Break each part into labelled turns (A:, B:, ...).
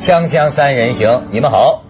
A: 锵锵三人行，你们好。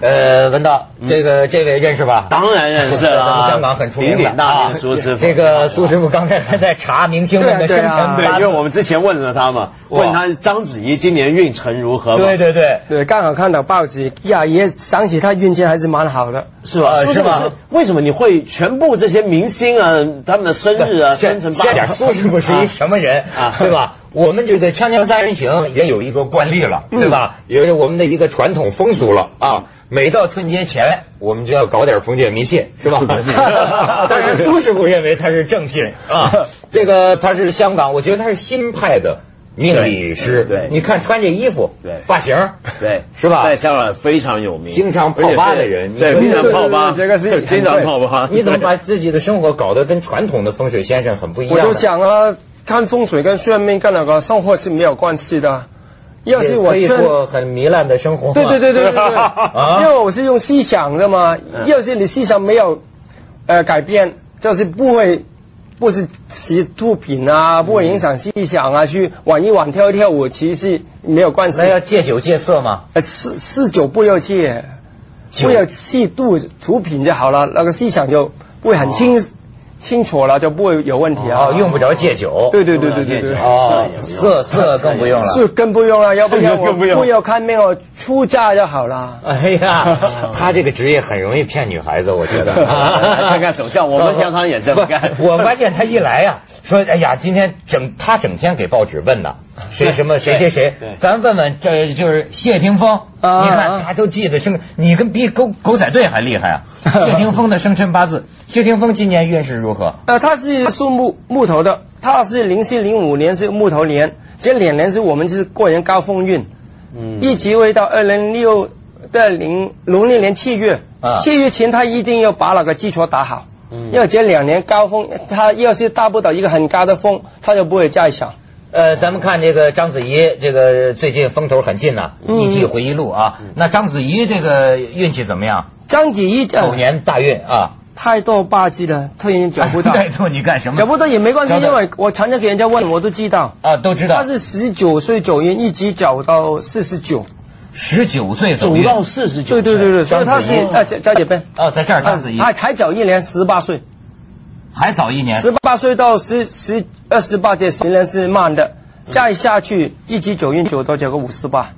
A: 呃，文道，这个这位认识吧？
B: 当然嗯认识了啊，
A: 咱们 香港很出名的
B: 鼎鼎大
A: 啊
B: 名苏师傅。啊
A: 这个苏师傅刚才还在查明星们的生辰八
B: 对，
A: 字
B: 因为我们之前问了他嘛，
A: 哇
B: 问他章子怡今年运程如何嘛，
A: 对对对，
C: 对，刚好看到报纸，呀，也想起他运气还是蛮好的。
B: 是吧？
A: 呃
B: 苏师
A: 是
B: 傅
A: 吧
B: 是为什么你会全部这些明星啊，他们的生日啊，
A: 先
B: 生辰
A: 先
B: 八字
A: 讲苏师傅是一什么人
B: 啊
A: 对吧？我们这个《锵锵三人行》也有一个惯例了，
B: 嗯
A: 对吧？也是我们的一个传统风俗了啊。每到春节前，我们就要搞点封建迷信，是吧？ 当然，苏师傅认为他是正信 啊。这个他是香港，我觉得他是新派的命理师。
B: 对对
A: 你看穿这衣服，
B: 对
A: 发型，
B: 对，哎
A: 是吧
B: 在香港非常有名，
A: 经常泡吧的人
B: 而且是
A: 你
B: 对，
A: 说
B: 经常泡吧，
C: 对对对这个是
B: 经常泡吧。
A: 你怎么把自己的生活搞得跟传统的风水先生很不一样
C: 我
A: 呢？
C: 就想啊，看风水跟算命跟那个生活是没有关系的。要是我
A: 也可以
C: 劝，
A: 过很糜烂的生活嘛。
C: 对对对对对
A: 啊
C: 对，因为我是用思想的嘛。
A: 嗯
C: 要是你思想没有呃改变，就是不会。不是吃毒品啊，不会影响思想啊，去玩一玩、跳一跳舞，其实没有关系
A: 那。要戒酒戒色吗？
C: 呃，四四酒不要戒，
A: 酒
C: 不要吸毒毒品就好了，那个思想就不会很清、清楚了，就不会有问题啊。
A: 哦，用不着戒酒。
C: 对对对对
B: 用
C: 对
B: 不了戒酒
C: 对，
A: 哦，色色更不用了。
C: 是更不用了，要不然我
B: 更不用
C: 不要看病，我出家就好了。
A: 哎 呀，他这个职业很容易骗女孩子，我觉得。
B: 看看首相我们香港也这么干
A: 不我发现他一来呀、说哎呀，今天整他整天给报纸 问呐，谁什么谁谁谁
B: 对，
A: 咱问问这就是谢霆锋，
C: 啊
A: 你看他都记得生，你跟比狗狗仔队还厉害 啊！谢霆锋的生辰八字，谢霆锋今年运势如何？
C: 呃，他是属木木头的，他是零四零五年是木头年，这两年是我们是过年高峰运，
B: 嗯
C: 一直会到二零六的零农历年七月
A: 啊，
C: 七月前他一定要把那个基础打好。
B: 嗯
C: 因为这两年高峰，它要是达不到一个很高的峰，它就不会再小。
A: 呃，咱们看这个章子怡，这个最近风头很劲呐、
C: 嗯
A: 一季回忆录》啊。那章子怡这个运气怎么样？
C: 章子怡这
A: 狗年大运啊，
C: 太多八字了，突然找 不到，
A: 带动你干什
C: 找
A: 么？
C: 不到也没关系，
A: 找不
C: 因
A: 到
C: 为我常常给人家问，我都知道。
A: 啊，都知
C: 他
A: 道，
C: 是十九岁九运，一直走到四十九。
A: 十九岁走
B: 走
A: 运
B: 到四十九，
C: 对对对对，所以
A: 章
C: 他
A: 子
C: 是
A: 怡
C: 呃，张张姐呗。
A: 哦，在这儿章子怡哎
C: 他才走一年，十八岁，
A: 还早一年
C: 十八岁到十十二十八这十年是慢的，再下去一直走运走到这个五十八。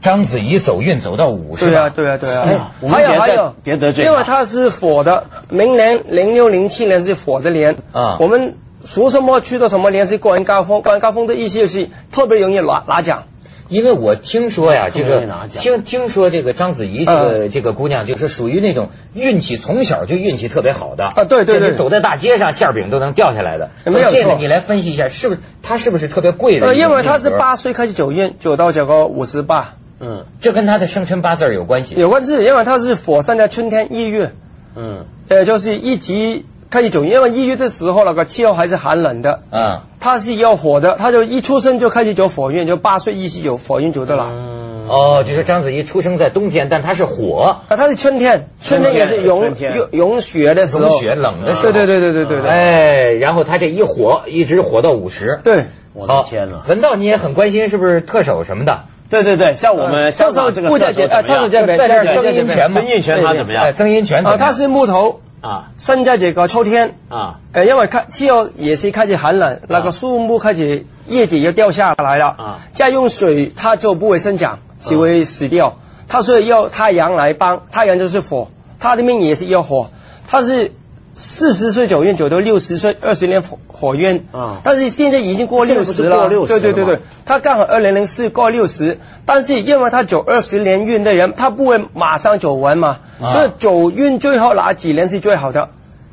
A: 章子怡走运走到五十，
C: 对啊，对啊，对
B: 哎
C: 啊。
B: 我们
C: 还有
B: 别再
C: 还有，
B: 别得罪他
C: 因为他是火的，明年零六零七年是火的年
A: 啊
C: 我们属什么去到什么年是过完高峰，过完高峰的意思就是特别容易拿拿奖。
A: 因为我听说呀，这
B: 特别容易
A: 个
B: 拿奖
A: 听听说这个章子怡这个、
C: 嗯
A: 这个姑娘就是属于那种运气从小就运气特别好的
C: 啊对对对
A: 就是走在大街上馅饼都能掉下来的。
C: 没有错
A: 这个你来分析一下，是不是她是不是特别贵的一
C: 呃，
A: 种运
C: 因
A: 格？
C: 为他是八岁开始走运，走到这个五十八，
B: 嗯
A: 这跟他的生辰八字儿有关系。
C: 有关系，因为他是火山的春天一月，
B: 嗯
C: 呃，就是一直开始走运，因为一月的时候那个气候还是寒冷的，
A: 嗯，
C: 他是要火的，他就一出生就开始走火运，就八岁一直有火运走到了。
B: 嗯
A: 哦，就是章子怡出生在冬天，但她是火，
C: 啊，它是春天，春天也是
B: 春
C: 融
B: 天
C: 融融雪的时候，
A: 融雪冷的时候。
C: 对对对对对对对，
A: 哎，然后她这一火，一直火到五十。
C: 对，
B: 我的天啊呐
A: 好！文道你也很关心是不是特首什么的？
B: 对对对，像我们
C: 特
B: 香
C: 首
B: 港这个
C: 顾
B: 特
C: 家
B: 首
C: 姐，
B: 怎
C: 啊，
B: 么
C: 特首
B: 样？
C: 这边，
A: 在这
C: 这
A: 曾荫
C: 边
A: 权嘛
B: 曾荫权他怎么
A: 哎，
B: 样
A: 曾荫权怎么
C: 啊，
A: 样
C: 他是木头，
B: 啊
C: 生在这个秋天，
B: 啊
C: 呃，因为开气候也是开始寒冷，那个树木开始叶子要掉下来了，
B: 啊
C: 啊，再用水它就不会生长，只会死掉。它所以要太阳来帮，太阳就是火，它里面也是要火，它是。四十岁九运走到六十岁二十年火火运
B: 啊
C: 啊，但是现在已经过
B: 现在
C: 六
B: 不是
C: 十了，
B: 过60
C: 对对
B: 了
C: 对
B: 吗
C: 对，他刚好二零零四过六十，但是因为他走二十年运的人，他不会马上走完嘛，
A: 啊
C: 所以走运最后哪几年是最好的？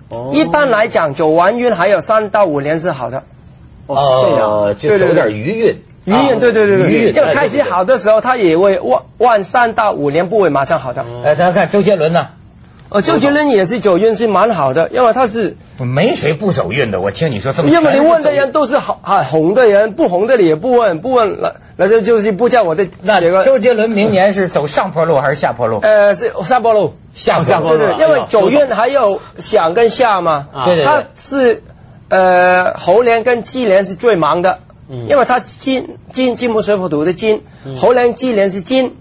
B: 啊
C: 一般来讲，走完运还有三到五年是好的。
B: 哦
C: 啊
B: 是这样
A: 哦，就走点余韵。啊
C: 余运，啊对对对
A: 余
C: 对，
A: 韵哎
C: 就开始。好的时候，它也会万万三到五年不会马上好的。
A: 哎，咱看周杰伦呢，
C: 呃，周杰伦也是走运是蛮好的，因为他是，
A: 没谁不走运的。我听你说这么，
C: 因为你问的人都是好啊红的人，不红的你也不问，不问了，那就就是不叫我的
A: 那
C: 这个
A: 周杰伦明年是走上坡路还是下坡路？
C: 呃是下坡路，
A: 下哎
B: 下坡
C: 对
B: 路
C: 对，因为走运还有想跟下嘛，
B: 啊
A: 对对
C: 他
A: 对，
C: 是呃猴年跟鸡年是最忙的，
B: 嗯
A: 嗯
C: 因为它金金金木水火土的金，猴年鸡年是金，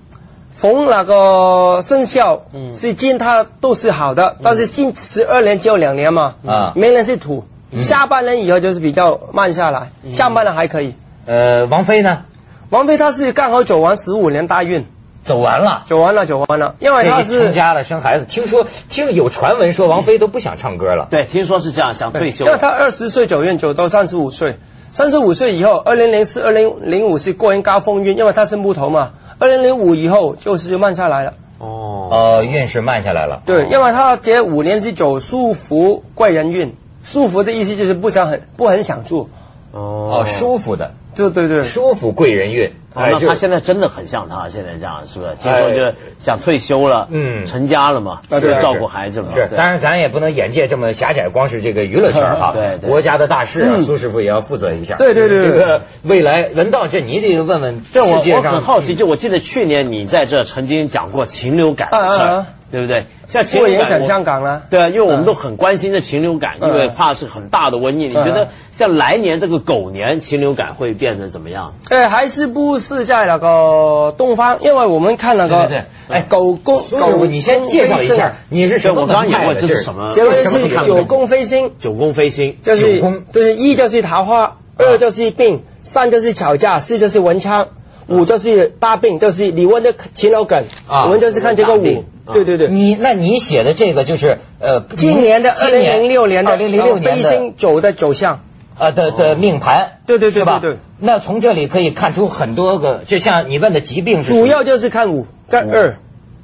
C: 逢那个生肖，
B: 嗯
C: 是见它都是好的，但是近十二年只有两年嘛，
A: 嗯啊
C: 明年是土，
A: 嗯
C: 下半年以后就是比较慢下来，上半年还可以。
A: 呃，王菲呢？
C: 王菲她是刚好走完十五年大运，
A: 走完了，
C: 走完了，走完了，因为她
A: 这一成
C: 是
A: 家了，生孩子。听说听有传闻说王菲都不想唱歌了。
B: 对，听说是这样，想退休
C: 哎因为他二十岁走运，走到三十五岁，三十五岁以后，二零零四、二零零五是过人高峰运，因为他是木头嘛。二零零五以后就是就慢下来了，
B: 哦，
A: 呃，运势慢下来了。
C: 对，因为他这五年是走舒服贵人运，舒服的意思就是不想很不很想住，
B: 哦
A: 哦，舒服的，
C: 对对对，
A: 舒服贵人运。哎
B: 哦，那
A: 就
B: 他现在真的很像他现在这样，是不是？听说就想退休了，
A: 嗯
B: 成家了嘛，
A: 啊
B: 就
A: 对
B: 照顾孩子了嘛，
A: 是，
B: 对
A: 当然咱也不能眼界这么狭窄，光是这个娱乐圈啊，
B: 对对
A: 国家的大事啊，
B: 嗯
A: 苏师傅也要负责一下。
C: 对对对对
A: 这个未来文道，这你得问问
B: 这我
A: 世界
B: 我
A: 上
B: 很好奇，就我记得去年你在这曾经讲过禽流感的事
C: 嗯啊啊
B: 儿
C: 啊，
B: 对不对？像禽
C: 不
B: 流
C: 影
B: 感
C: 响
B: 我
C: 香港啦。
B: 对啊，因为我们都很关心这禽流感，
C: 嗯
B: 因为怕是很大的瘟疫。你
C: 嗯
B: 觉得像来年这个狗年禽流感会变得怎么样？
C: 对，哎还是不是在那个东方？因为我们看那
A: 对
C: 个，
A: 对对哎
C: 狗公
A: 苏师
C: 狗
A: 傅，你先介绍一
C: 公飞
A: 下
C: 星，
A: 你是什么
B: 对我刚
A: 门派的
B: 也问这是什么
C: 结
A: 这
C: 果
A: 是什么门派
C: 是九宫飞星，
B: 九宫飞星，
C: 就是
A: 九宫
C: 就是一就是桃花，二就是病，三就是吵架，四就是文昌，五就是大病，就是李温的禽流感，
A: 啊
C: 我们就是看这个
B: 大病
C: 五，
B: 啊
C: 对对对。
A: 你那你写的这个就是呃，
C: 今年的二
A: 嗯今
C: 零零六年的
A: 二零零六年
C: 飞
A: 的
C: 星走的走向，
A: 呃的的命盘，
C: 对对对
A: 是吧？
C: 对对
A: 那从这里可以看出很多个，就像你问的疾病是
C: 主要就是看五跟二，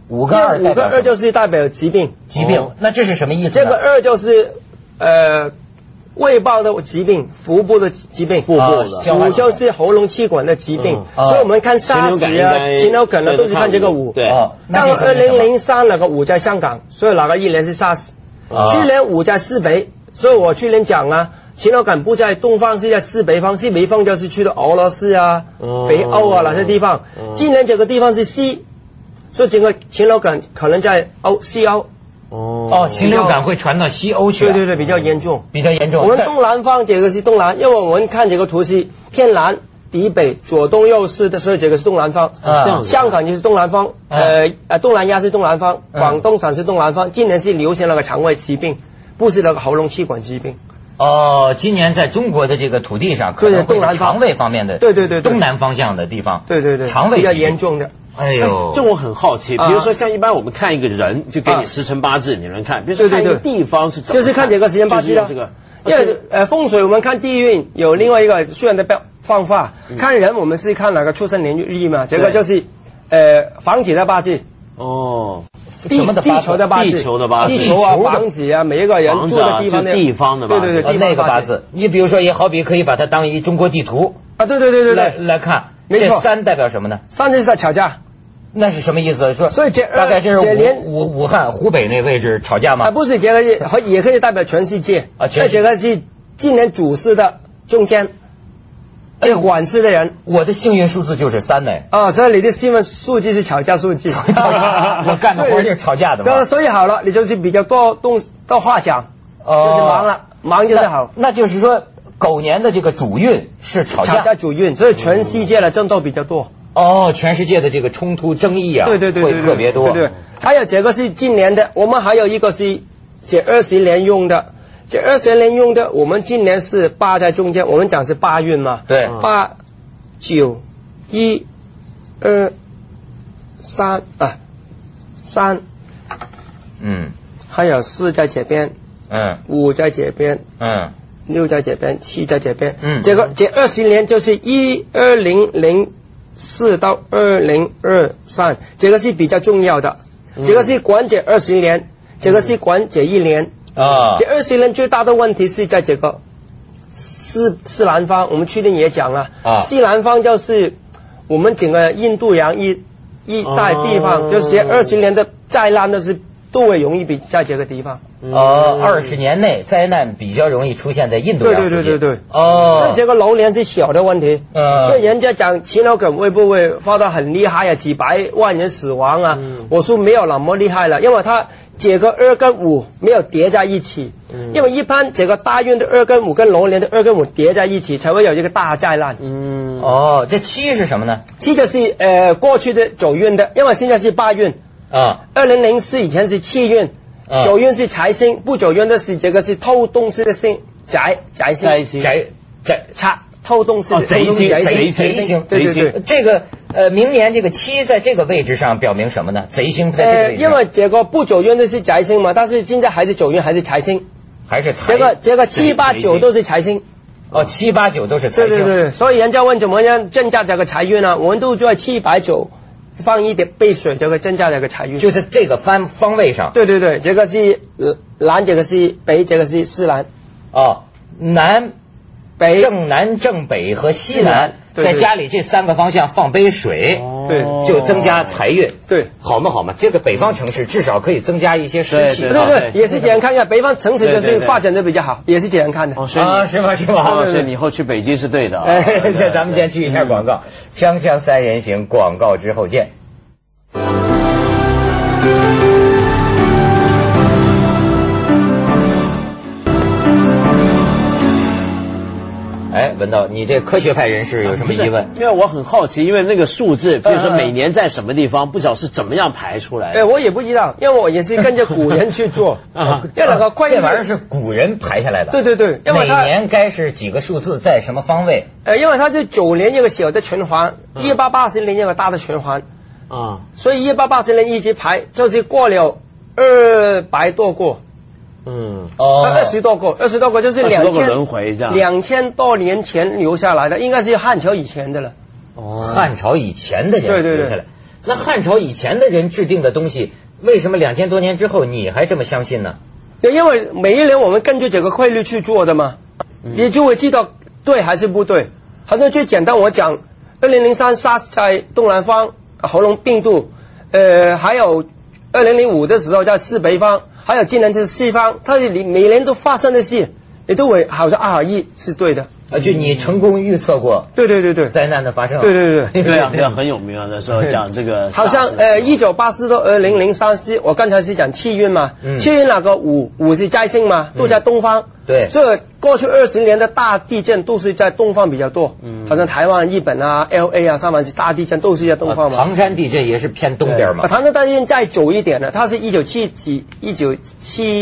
A: 五个二，
C: 五跟二就是代表疾病，
A: 疾病
B: 哦，
A: 那这是什啊么意思呢？
C: 这个二就是呃胃部的疾病，腹部的疾病，
B: 腹部的
C: 啊五就是喉咙气管的疾病，
A: 嗯
C: 所以我们看沙
B: 禽
C: 士
B: 流感应
C: 啊、
B: 该
C: 禽流感啊
B: 对
C: 都是看这个
B: 看五
C: 五，
B: 对
A: 哦，那
C: 到
A: 这是
C: 二
A: 什
C: 零
A: 么
C: 零三那个五在香港，所以那个一年是 SARS，
A: 啊
C: 去年五在西北，所以我去年讲啊，禽流感不在东方，是在西北方，西北方就是去的俄罗斯啊、
B: 哦
C: 北欧啊哪些地方
B: 哦，
C: 今年这个地方是西，所以整个禽流感可能在欧西欧，
A: 哦，
B: 哦
A: 禽流感会传到西欧去啊，
C: 对对对，比较严重。
A: 比较严重。
C: 我们
A: 但
C: 东南方这个是东南，因为我们看这个图是偏南。敌北左东右西的，所以这个是东南方。
A: 啊
B: 这样子
C: 香港就是东南方，
A: 嗯
C: 呃呃，东南亚是东南方，
A: 嗯
C: 广东省是东南方。今年是流行那个肠胃疾病，不是那个喉咙气管疾病。
A: 哦，今年在中国的这个土地上，可能
C: 对
A: 会
C: 东南
A: 是
C: 方
A: 肠胃方面的，
C: 对对对对
A: 东南方向的地方，
C: 对对对，
A: 肠胃
C: 比较
A: 疾病
C: 严。重的。
A: 哎呦，
B: 这我很好奇，比
C: 啊
B: 如说像一般我们看一个人，就给你时辰八字，你能看，比如说
C: 对对
B: 看一个
C: 啊对
B: 地方是怎么，
C: 就是看这个时间八字啊
B: 就是用
C: 的
B: 这个，
C: 因为呃风水我们看地运有另外一个虽然的标方法，
A: 嗯
C: 看人我们是看哪个出生年月日嘛，这个
B: 对
C: 就是呃房子的八字，
B: 哦，
C: 地
A: 什么的八字
C: 地球的八字，
B: 地球的八字
C: 地球
A: 地
C: 啊
A: 球的
C: 房子啊，每一个人
B: 房
C: 住
B: 子啊
C: 的地方
B: 就地方的八字
C: 对
A: 呃
C: 对对，地方
A: 那
C: 的
A: 个八字，你比如说，也好比可以把它当一中国地图
C: 啊，对对对对
A: 来
C: 对，
A: 来看，
C: 没错
A: 这三代表什么呢？
C: 上次是在吵架
A: 那是什么意思？说
C: 所以这
A: 大概这是
C: 这连
A: 武武武汉湖北那位置吵架
C: 啊，
A: 吗？
C: 不是这个也也可以代表全世界
A: 啊全世界
C: 那这个是今年主事的中间，
A: 哎呦
C: 这管事的人
A: 我的幸运数字就是三 呢。
C: 啊，所以你的新闻数据是吵架数据，
A: 吵架 我干的活就是吵架的嘛
C: 所以 所以好了，你就是比较多动多话讲，
A: 哦
C: 就是忙了，忙就是好。
A: 那那就是说，狗年的这个主运是吵
C: 吵
A: 架
C: 架主运，所以全世界的争斗比较多。
A: 哦，全世界的这个冲突争议啊，
C: 对对对对，
A: 会特别多。
C: 对对，对还有这个是今年的，我们还有一个是这二十年用的，这二十年用的，我们今年是八在中间，我们讲是八运嘛，
A: 对
C: 八九一二三啊三，
A: 嗯
C: 还有四在这边，
A: 嗯
C: 五在这边，
A: 嗯，
C: 六在这边，七在这边。
A: 嗯
C: 这个这二十年就是一二零零四到二零二三，这个是比较重要的。
A: 嗯
C: 这个是管这二十年，这个是管这一年。
A: 啊
C: 这二十年最大的问题是在这个西西南方，我们去年也讲了，
A: 啊
C: 西南方就是我们整个印度洋一一带地方，
B: 哦
C: 就是这二十年的灾难都是都会容易比在这个地方。
A: 哦，二十年内灾难比较容易出现在印度洋
C: 对对
A: 附近
C: 对对对
A: 哦，
C: 所以这个楼龄是小的问题，
B: 呃
A: 嗯
C: 所以人家讲禽流感会不会发到很厉害啊，几百万人死亡啊？
B: 嗯
C: 我说没有那么厉害了，因为它这个二跟五没有叠在一起，
B: 嗯
C: 因为一般这个大运的二跟五跟龙年的二跟五叠在一起，才会有一个大灾难。
B: 嗯
A: 哦，这七是什么呢？
C: 这个是呃过去的九运的，因为现在是八运，
A: 啊
C: 二零零四以前是七运，
A: 啊，
C: 九运是财星，不九运的是这个是透洞式的星，宅宅星，
B: 宅星
A: 宅宅
C: 差透洞式的
B: 哦贼星
C: 宅
A: 贼
C: 星，
A: 贼星
C: 对对
B: 贼
C: 对
B: 星。
A: 这个呃，明年这个七在这个位置上表明什么呢？贼星在这个
C: 呃，
A: 位置
C: 因
A: 上，
C: 为这个不九运的是宅星嘛，但是现在还是九运还是财星，
A: 还是财
C: 这个这个七
B: 对
C: 八
B: 贼
C: 九
B: 星
C: 都是财星，
A: 哦，七八九都是财
C: 对
A: 星。
C: 对对，所以人家问怎么样增加这个财运呢？啊我们都在七百九放一点杯水，这个增加这个财运。
A: 就是这个方方位上
C: 对对对，这个是呃南，这个是北，这个是西南，
A: 哦，南
C: 北
A: 正南、正北和西南，
C: 对哦对
A: 在家里这三个方向放杯水，
C: 对
A: 就增加财运。
C: 对。
A: 好嘛好嘛，这个北方城市至少可以增加一些湿
B: 对
A: 气
B: 对
C: 对
A: 啊
C: 对，也是这样看一下，北方城市就
B: 对对
C: 是
B: 对
C: 发展的比较好，也是这样看的。
B: 哦，所以你
A: 啊，是吗是吗？
B: 哦，所以你以后去北京是对的啊。
A: 哎，那咱们先去一下广告，锵锵三人行广告之后见。哎，文道，你这科学派人士有什么疑问？
B: 不是因为我很好奇，因为那个数字，比如说
C: 嗯嗯
B: 每年在什么地方，不晓得是怎么样排出来
C: 哎，
B: 的。。
C: 我也不知道，因为我也是跟着古人去 做
B: 啊
C: 这两个关
A: 这
C: 键
A: 玩意儿是古人排下来的。
C: 对对对，因为
A: 每
C: 它
A: 年该是几个数字在什么方位？
C: 呃，因为它是九年一个小的循环，
B: 嗯
C: 一八八十年一个大的循环，
B: 啊，
C: 所以一八八十年一直排，就是过了二百多
B: 哦
C: 个。
B: 嗯，
A: 哦
C: 二十多个，二十多个就是
B: 20
C: 两
B: 多个
C: 千
B: 轮回这样
C: 两千多年前留下来的，应该是汉朝以前的了。
B: 哦
A: 汉朝以前的人
C: 对对对
A: 留下来。那汉朝以前的人制定的东西，为什么两千多年之后你还这么相信呢？
C: 对，因为每一年我们根据这个规律去做的嘛，你就会知道对还是不对。好像最简单，我讲，二零零三 SARS 在东南方喉咙病毒，呃，还有二零零五的时候在西北方，还有今年就是西方，它里每年都发生的事，你都会好像啊，一是对的。
A: 啊，就你成功预测过
C: 对对对对，嗯
A: 灾难的发生。
C: 对对对 对。
B: 对啊，对啊，很有名啊，那时候讲这个 SARS 的时候，
C: 好像呃，一九八四到二零零三四，我刚才是讲气运嘛，
A: 嗯
C: 气运那个五五是灾星嘛，都在东方。
A: 对
C: 这过去二十年的大地震都是在东方比较多，
B: 嗯
C: 好像台湾、日本啊、L A 啊、上海是大地震都是在东
A: 啊
C: 方嘛。
A: 唐山地震也是偏东边
C: 啊
A: 嘛。
C: 唐山大地震再久一点呢，它是一九七几、一九
B: 七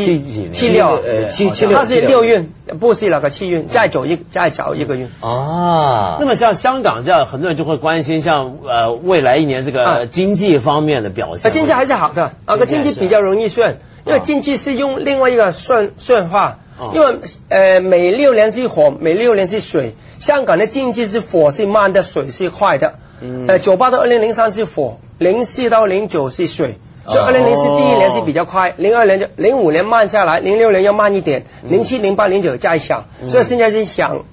C: 七
B: 几年
C: 七六啊，
A: 呃，七
B: 好像
A: 七六，
C: 它是
A: 76
C: 六。运，不是那个气运，再走一再早一个运。
A: 啊
B: 那，么像香港这样，很多人就会关心像呃未来一年这个
C: 啊
B: 经济方面的表
C: 啊，
B: 现。
C: 经济还是好的，啊，个经济比较容易算，因为经济是用另外一个算算法
B: 哦，
C: 因为呃每六年是火，每六年是水，香港的经济是火是慢的，水是快的，
B: 嗯
C: 呃九八到二零零三是火，零四到零九是水。
B: 啊
C: 所以
A: 哦
C: 二零零四第一年是比较快，零二年就零五年慢下来，零六年要慢一点，
B: 嗯
C: 零七零八零九再想，所以现在是想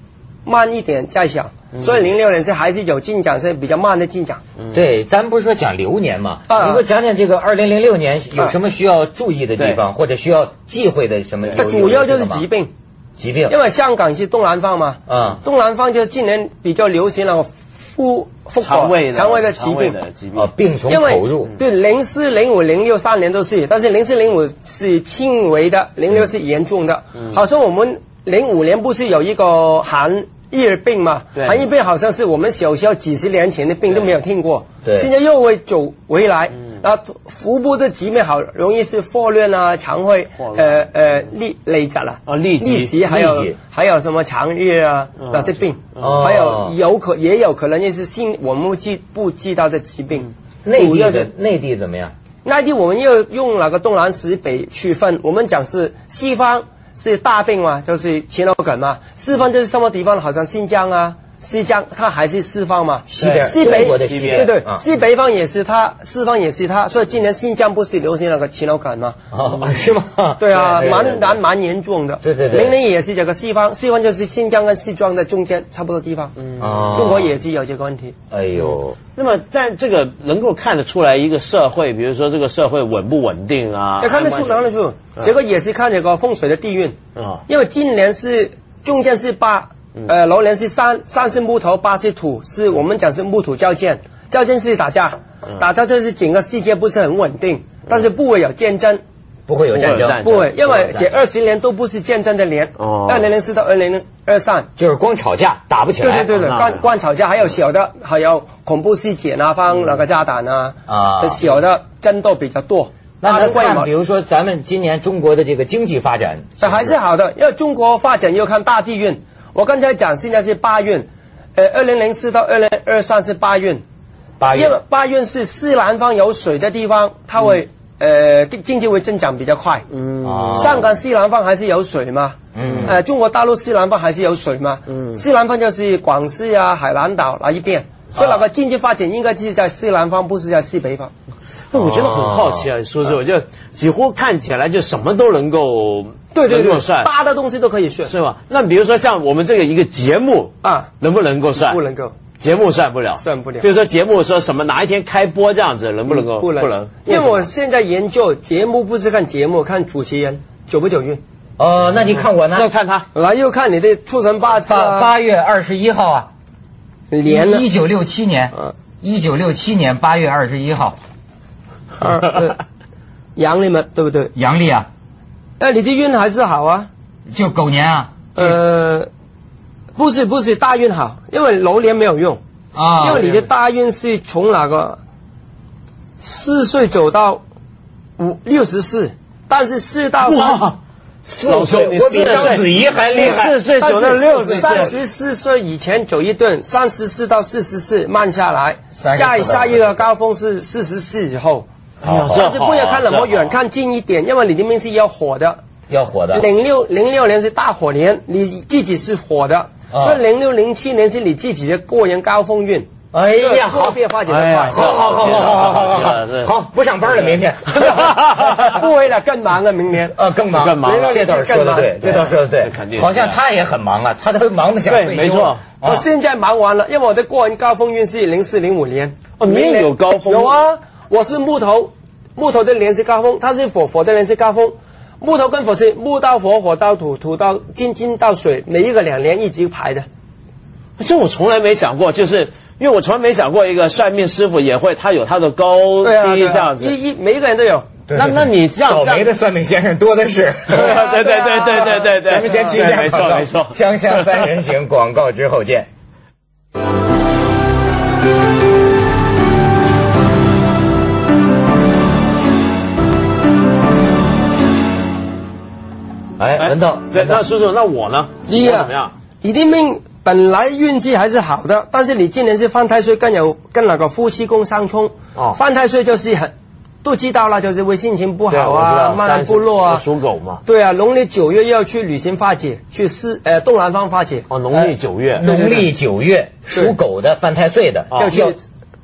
C: 慢一点再想，
B: 嗯
C: 所以零六年是还是有进展，是比较慢的进展。
A: 对，咱不是说讲流年嘛？
C: 啊
A: 你给我讲讲这个二零零六年有什么需要注意的地方，或者需要忌讳的什么？有
C: 那啊主要
A: 有这
C: 就是
A: 个吗
C: 疾病，
A: 疾病
C: 因为香港是东南方嘛，
A: 啊
C: 东南方就近年比较流行那个腹腹啊
B: 肠胃的
C: 肠胃的疾
B: 肠胃
C: 病，
B: 的疾病哦
A: 啊，病从
C: 因为
A: 口入。
B: 嗯
C: 对零四、零五、零六三年都是，但是零四、零五是轻微的，零六是严重的。
B: 嗯
C: 好像我们零五年不是有一个寒疫病嘛？
B: 对
C: 寒疫病好像是我们小时候几十年前的病都没有听过，
A: 对
C: 现在又会走回来
B: 嗯。
C: 然后腹部的疾病好容易是霍乱啊、肠胃
B: 霍
C: 呃
B: 乱
C: 呃痢痢疾啦，
B: 哦痢疾
C: 痢疾还
A: 痢
C: 有
A: 疾
C: 还有什么肠热啊
B: 嗯
C: 那些病，
A: 哦
C: 还有有可也有可能也是新我们记不知道的疾
B: 嗯
C: 病。
A: 内
C: 主
A: 地
C: 要
A: 的
C: 是
A: 内地怎么样？
C: 内地我们要用那个东南西北区分，我们讲是西方是大病嘛，就是禽流感嘛，西方就是什么地方，好像新疆啊。西疆，它还是西方嘛？
A: 西边
C: 西
A: 中
C: 北，
A: 国的西边
C: 对对，
A: 啊
C: 西北方也是它，西方也是它，所以今年新疆不是流行那个禽流感嘛？
A: 哦， 是吗？
C: 对啊，
A: 对对对
C: 蛮难蛮严重的。
A: 对对对
C: 明年也是这个西方，西方就是新疆跟西藏的中间差不多地方。嗯，
A: 哦
C: 中国也是有这个问题。
A: 哎呦，
B: 那么，但这个能够看得出来一个社会，比如说这个社会稳不稳定啊？
C: 要看得出，看得出，这个也是看这个风水的地运。
B: 啊，
C: 因为今年是中间是八，
A: 嗯
C: 呃，龙年是三，三是木头，八是土，是我们讲是木土交战，
A: 嗯
C: 交战是打架，打架就是整个世界不是很稳定，但是不会有战争，
A: 不会有嗯战
B: 不会有战
A: 争，
B: 争
C: 不会，因为
A: 这
C: 这二十年都不是战争的年，
B: 哦
C: 二零零四到二零二三。
A: 就是光吵架打不起
C: 对
A: 来。
C: 对对对，
B: 那
C: 光光吵架，还有小的，还有恐怖事件啊，放那个炸弹啊，
A: 嗯啊
C: 小的争斗比较多。
A: 那
C: 大
A: 咱
C: 的怪
A: 看，
C: 嘛
A: 比，如说咱们今年中国的这个经济发展，
C: 但还是好的，因为中国发展要看大地运。我刚才讲现在是八运，呃，二零零四到二零二三是八运，
A: 八
C: 因为
A: 月
C: 八运是西南方有水的地方，它会、呃经济会增长比较快。
B: 嗯
A: 啊
C: 香港西南方还是有水嘛？
A: 嗯
C: 呃，中国大陆西南方还是有水嘛？
B: 嗯
C: 西南方就是广西啊、海南岛那一边，所以那个经济发展应该是在西南方，不是在西北方。哦
B: 那我觉得很好奇啊，说实话，就几乎看起来就什么都能够能够算
C: 大的东西都可以算
B: 是吧？那比如说像我们这个一个节目，
C: 啊，
B: 能不能够算？
C: 不能够
B: 节目算不了，
C: 算不了
B: 比。如说节目说什么哪一天开播这样子，能不能够？
C: 哦不能，
B: 不能，
C: 因为我
B: 什么
C: 现在研究节目，不是看节目，看主持人九不九运，
A: 哦，那你看我呢？
B: 那看他
C: 然后又看你的出生八字
A: 八
C: 啊，
A: 八月二十一号啊，
C: 年呢
A: 一，九六七年，
C: 啊
A: 一九六七年八月二十一号，
C: 二呃阳历嘛，对不对？
A: 阳历啊，
C: 那你的运还是好啊，
A: 就狗年啊
C: 呃，不是不是大运好，因为流年没有用。
A: 啊，
C: 因为你的大运是从哪个四岁走到五六十四，但是四到三，
A: 老师，我比章子怡还厉害，
B: 四岁走到六十
C: 三
B: 岁，
C: 十四岁以前走一顿，三十四到四十四慢下来，
A: 三个
C: 再
A: 走到
C: 下一个高峰是四十四以后，
B: 哎呀
A: 好
B: 这啊
C: 但是不要看那么远，看近一点，因为你的命是要火的。
A: 要火的，
C: 零六零六年是大火年，你自己是火的，
B: 哦
A: 啊
C: 所以零六零七年是你自己的个人高峰 运。
A: 哎呀，
C: 个
A: 好。
C: 别发展
B: 哎
C: 的
B: 呀
C: 快，
A: 好好好好好好好好，好不上班了，明天
C: 不会了，更忙了，明年。
A: 呃，更忙，
B: 更忙了
A: 这倒是说的对，这
B: 更
A: 倒
B: 忙
A: 是说的对，
B: 这肯定是
A: 好像他也很忙啊，他都忙得想退
B: 对
A: 休
B: 没错
A: 啊
C: 我现在忙完了，因为我的个人高峰运是零四零五年。
B: 哦你也有高峰
C: 有啊，我是木头，木头的年是高峰，它是火，火的年是高峰。木头跟火是木到火，火到土，土到金，金到水，每一个两年一直排的。
B: 这我从来没想过，就是因为我从来没想过一个算命师傅也会他有他的高低
C: 对啊，对
B: 这
C: 啊
B: 样，子。
C: 一一每一个人都有。
A: 对
B: 那
A: 对
B: 那
A: 对
B: 你这样
A: 倒霉的哦算命先生多的是。
B: 对啊对对对对对对对，
A: 咱们先去一下
B: 对没
A: 广告
B: 错没错，
A: 锵锵三人行广告之后见。哎，文道，
B: 对，
A: 文道
B: 那叔叔，那我呢？
C: 一啊
B: 我怎么样？
C: 你的命本来运气还是好的，但是你今年是犯太岁，跟有跟那个夫妻宫相冲。
B: 哦
C: 犯太岁就是很都知道了，就是会心情不好啊，
B: 慢
C: 漫
B: 慢
C: 然不落啊。
B: 属狗嘛。
C: 对啊，农历九月要去旅行化解，去西呃东南方化解，
B: 哦，农历九月，
A: 农历九月
C: 呃对
A: 属狗的犯太岁的，
B: 哦
C: 要去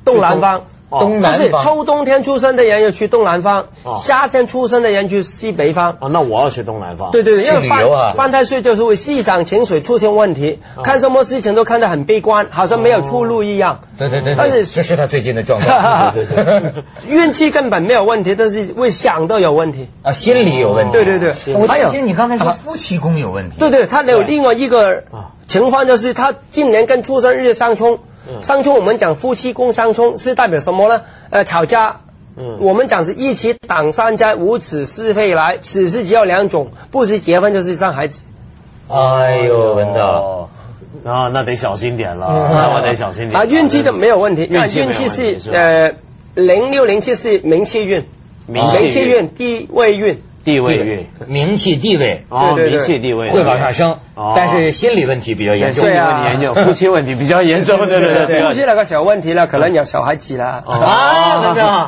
C: 东南方。
B: 哦
A: 东
C: 就
A: 南
C: 是
A: 方。
C: 秋冬天出生的人要去东南方，
B: 哦
C: 夏天出生的人去西北方。
B: 哦，那我要去东南方。
C: 对对对，因
A: 去旅
C: 为犯
A: 游啊
C: 犯太岁就是会思想情绪出现问题，看什么事情都看得很悲观，好像没有出路一样。
A: 对对对，对
C: 但是
A: 这是他最近的状 况。
B: 对对对对
C: 运气根本没有问题，但是会想都有问题。
A: 啊，心理有问题。
C: 对对对
A: 我
C: 还有
A: 听你刚才说
C: 啊
A: 夫妻宫有问题。
C: 对对，他有另外一个
B: 啊
C: 情况，就是他今年跟出生日相冲
B: 嗯。
C: 相冲，我们讲夫妻宫相冲是代表什么呢？呃，吵架。
B: 嗯
C: 我们讲是一起挡三灾，无耻是非来。此事只有两种，不是结婚就是生孩子。
A: 哎呦，文道，
B: 哦。啊，那得小心点了，
A: 嗯
B: 那我得小心点。
C: 啊，运气的没有问题，
B: 运气没有
C: 运气
B: 问题
C: 是
B: 是吧
C: 呃零六零七是名气运，
B: 名
C: 名
B: 气
C: 气
B: 运、
C: 运地位运。
B: 地位运，
A: 名气地位
B: 哦，
C: 对对
B: 名
C: 哦对
B: 气地位
A: 会往上升
B: 哦，
A: 但是心理问题比较严
B: 严
A: 重
B: 重。
C: 对啊
B: 问题严重，夫妻问题比较严重，对对对，
C: 夫妻那个小问题了，可能有小孩子了。
B: 哦
A: 啊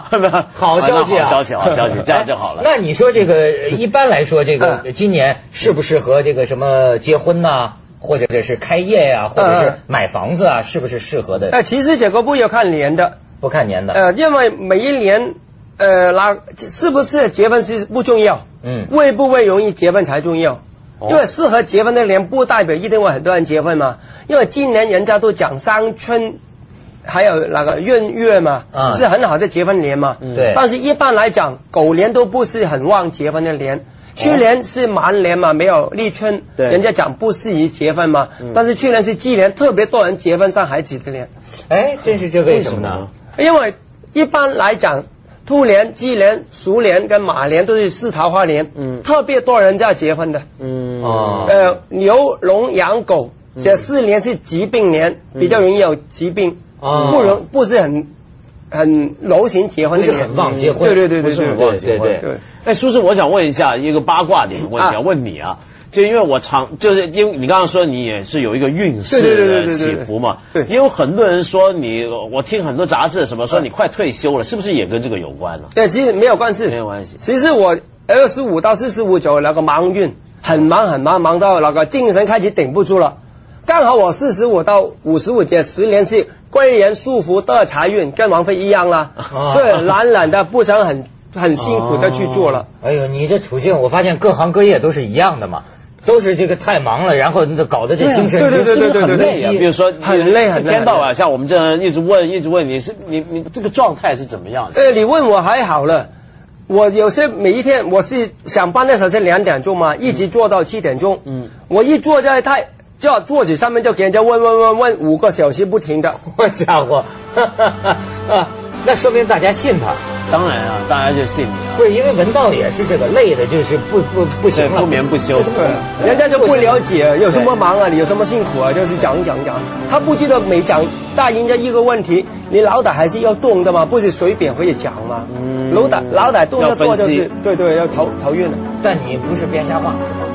A: 等等
B: 啊
A: 好消息啊！
B: 好消息好消息这样就好了
A: 那你说这个一般来说，这个
C: 嗯
A: 今年适不适合这个什么结婚呐、或者是开业呀、或者是
C: 嗯
A: 买房子啊，是不是适合的？
C: 呃，其实这个不要看脸的，
A: 不看年的，
C: 呃，因为每一年，呃，那是不是结婚是不重要，
A: 嗯，
C: 会不会容易结婚才重要。
B: 哦
C: 因为适合结婚的年不代表一定会很多人结婚嘛，因为今年人家都讲三春，还有那个闰月嘛，
A: 嗯
C: 是很好的结婚年嘛。
B: 啊嗯
A: 对。
C: 但是一般来讲，狗年都不是很旺结婚的年。去年是蛮年嘛，没有立春，
B: 哦对
C: 人家讲不适宜结婚嘛。
B: 嗯
C: 但是去年是鸡年，特别多人结婚生孩子的年。
A: 哎，真是这为什么呢？
C: 因为一般来讲，兔年、鸡年、鼠年跟马年都是四桃花年，
B: 嗯
C: 特别多人在结婚的。
B: 嗯
A: 哦嗯
C: 呃，牛、龙、羊、狗这四年是疾病年，
B: 嗯
C: 比较容易有疾病，
A: 哦
C: 不容不是很很流行结婚
A: 不
C: 的
A: 是
C: 年，
A: 很旺结婚，
C: 对对对
A: 不
C: 对
A: 是
C: 对
A: 很
C: 对
A: 旺结婚，
C: 对对
B: 哎，叔叔，我想问一下一个八卦点的问题，啊，
C: 啊
B: 问你啊，就因为我常就是因为你刚刚说你也是有一个运势
C: 对对对对
B: 的
C: 对对
B: 起
C: 对
B: 伏嘛，
C: 对啊
B: 也有很多人说你，我听很多杂志什么说你快退休了，是不是也跟这个有关呢？
C: 对，其实没有关系，
B: 没有关系
C: 其实我二十五到四十五左右那个忙运，很忙很忙，忙到那个精神开始顶不住了。刚好我四十五到五十五这十年是贵人束缚的财运，跟王菲一样啦
A: 啊，
C: 所以懒懒的不想很很辛苦的去做了。
A: 哎呦，你这处境，我发现各行各业都是一样的嘛，都是这个太忙了，然后你搞得这精神
C: 对对对对对
A: 很
C: 对对
A: 累
C: 对
A: 呀
C: 对
B: 啊比如说
C: 很累很累
B: 一天到晚像我们这样一直问一直问你是你你这个状态是怎么样的？
C: 呃，你问我还好了，我有些每一天我是上班的时候是两点钟嘛，一直做到七点钟。
B: 嗯
C: 嗯，我一坐在太就桌子上面就给人家问问问问五个小时不停的。
A: 好家伙，啊， 那说明大家信他，
B: 当然啊，大家就信你啊，
A: 不是因为文道也是这个累的，就是不不不行
B: 对
A: 了，
B: 不眠不休。
C: 对，人家就不了解有什么忙啊，你有什么辛苦啊，就是讲讲讲。他不记得每讲答应人家一个问题，你老歹还是要动的嘛，不是随便可以讲嘛。
B: 嗯
C: 老歹老歹动得
B: 要
C: 多就
B: 分
C: 是
B: 析
C: 对对要头头晕了。
A: 但你不是编瞎话，是吧